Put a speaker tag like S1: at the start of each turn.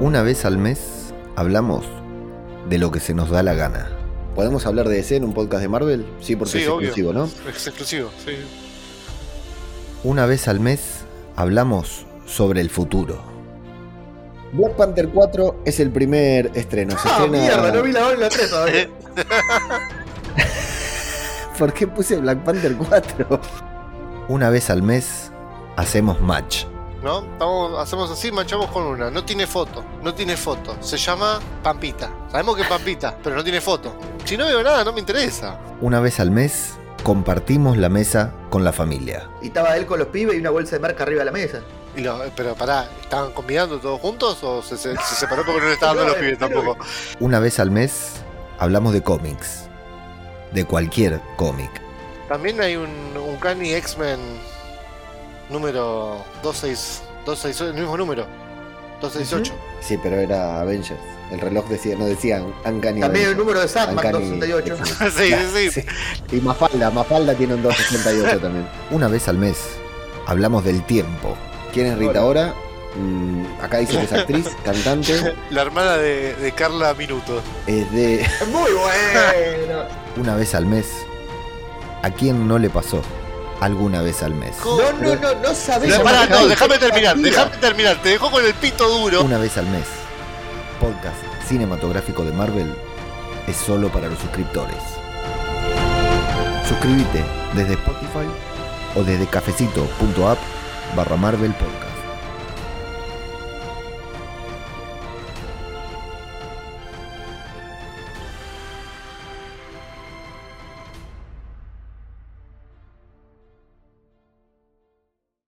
S1: Una vez al mes hablamos de lo que se nos da la gana. ¿Podemos hablar de DC en un podcast de Marvel? Sí, porque
S2: Sí,
S1: es
S2: obvio.
S1: exclusivo, ¿no?
S2: Es exclusivo, sí.
S1: Una vez al mes hablamos sobre el futuro. Black Panther 4 es el primer estreno. Se
S3: Ah,
S1: estrena-
S3: mierda, no vi la 1 y la 3 todavía.
S1: ¿Por qué puse Black Panther 4? Una vez al mes hacemos match.
S2: ¿No? Estamos- hacemos así, manchamos con una. No tiene foto, no tiene foto. Se llama Pampita. Sabemos que es Pampita, pero no tiene foto. Si no veo nada, no me interesa.
S1: Una vez al mes compartimos la mesa con la familia.
S3: Y estaba él con los pibes y una bolsa de marca arriba de la mesa.
S2: Y lo- eh, pero pará, ¿estaban combinando todos juntos o se, se- se separó porque no le estaban dando los
S3: eh,
S2: pibes tampoco?
S1: Una vez al mes hablamos de cómics. De cualquier cómic.
S2: También hay un, un Cani X-Men número 26 268, el mismo número. 268.
S1: Sí, pero era Avengers. El reloj decía, no decía Uncanny
S3: También el
S1: Avengers.
S3: número de Sandman,
S1: Uncanny
S3: 268.
S2: sí, sí, sí.
S1: Sí. Y Mafalda, Mafalda tiene un 268 también. Una vez al mes hablamos del tiempo. ¿Quién es Rita ahora? Mm, acá dice que es actriz, cantante,
S2: La hermana de, de Carla Minuto.
S1: es de
S3: Muy bueno.
S1: una vez al mes. ¿A quién no le pasó? Alguna vez al mes.
S3: No, no, no, no sabés.
S2: No, pará,
S3: manejar
S2: no, déjame terminar,
S3: expectativa.
S2: déjame terminar. Te dejó con el pito duro.
S1: Una vez al mes. Podcast cinematográfico de Marvel es solo para los suscriptores. Suscríbete desde Spotify o desde cafecito.app barra Marvel Podcast.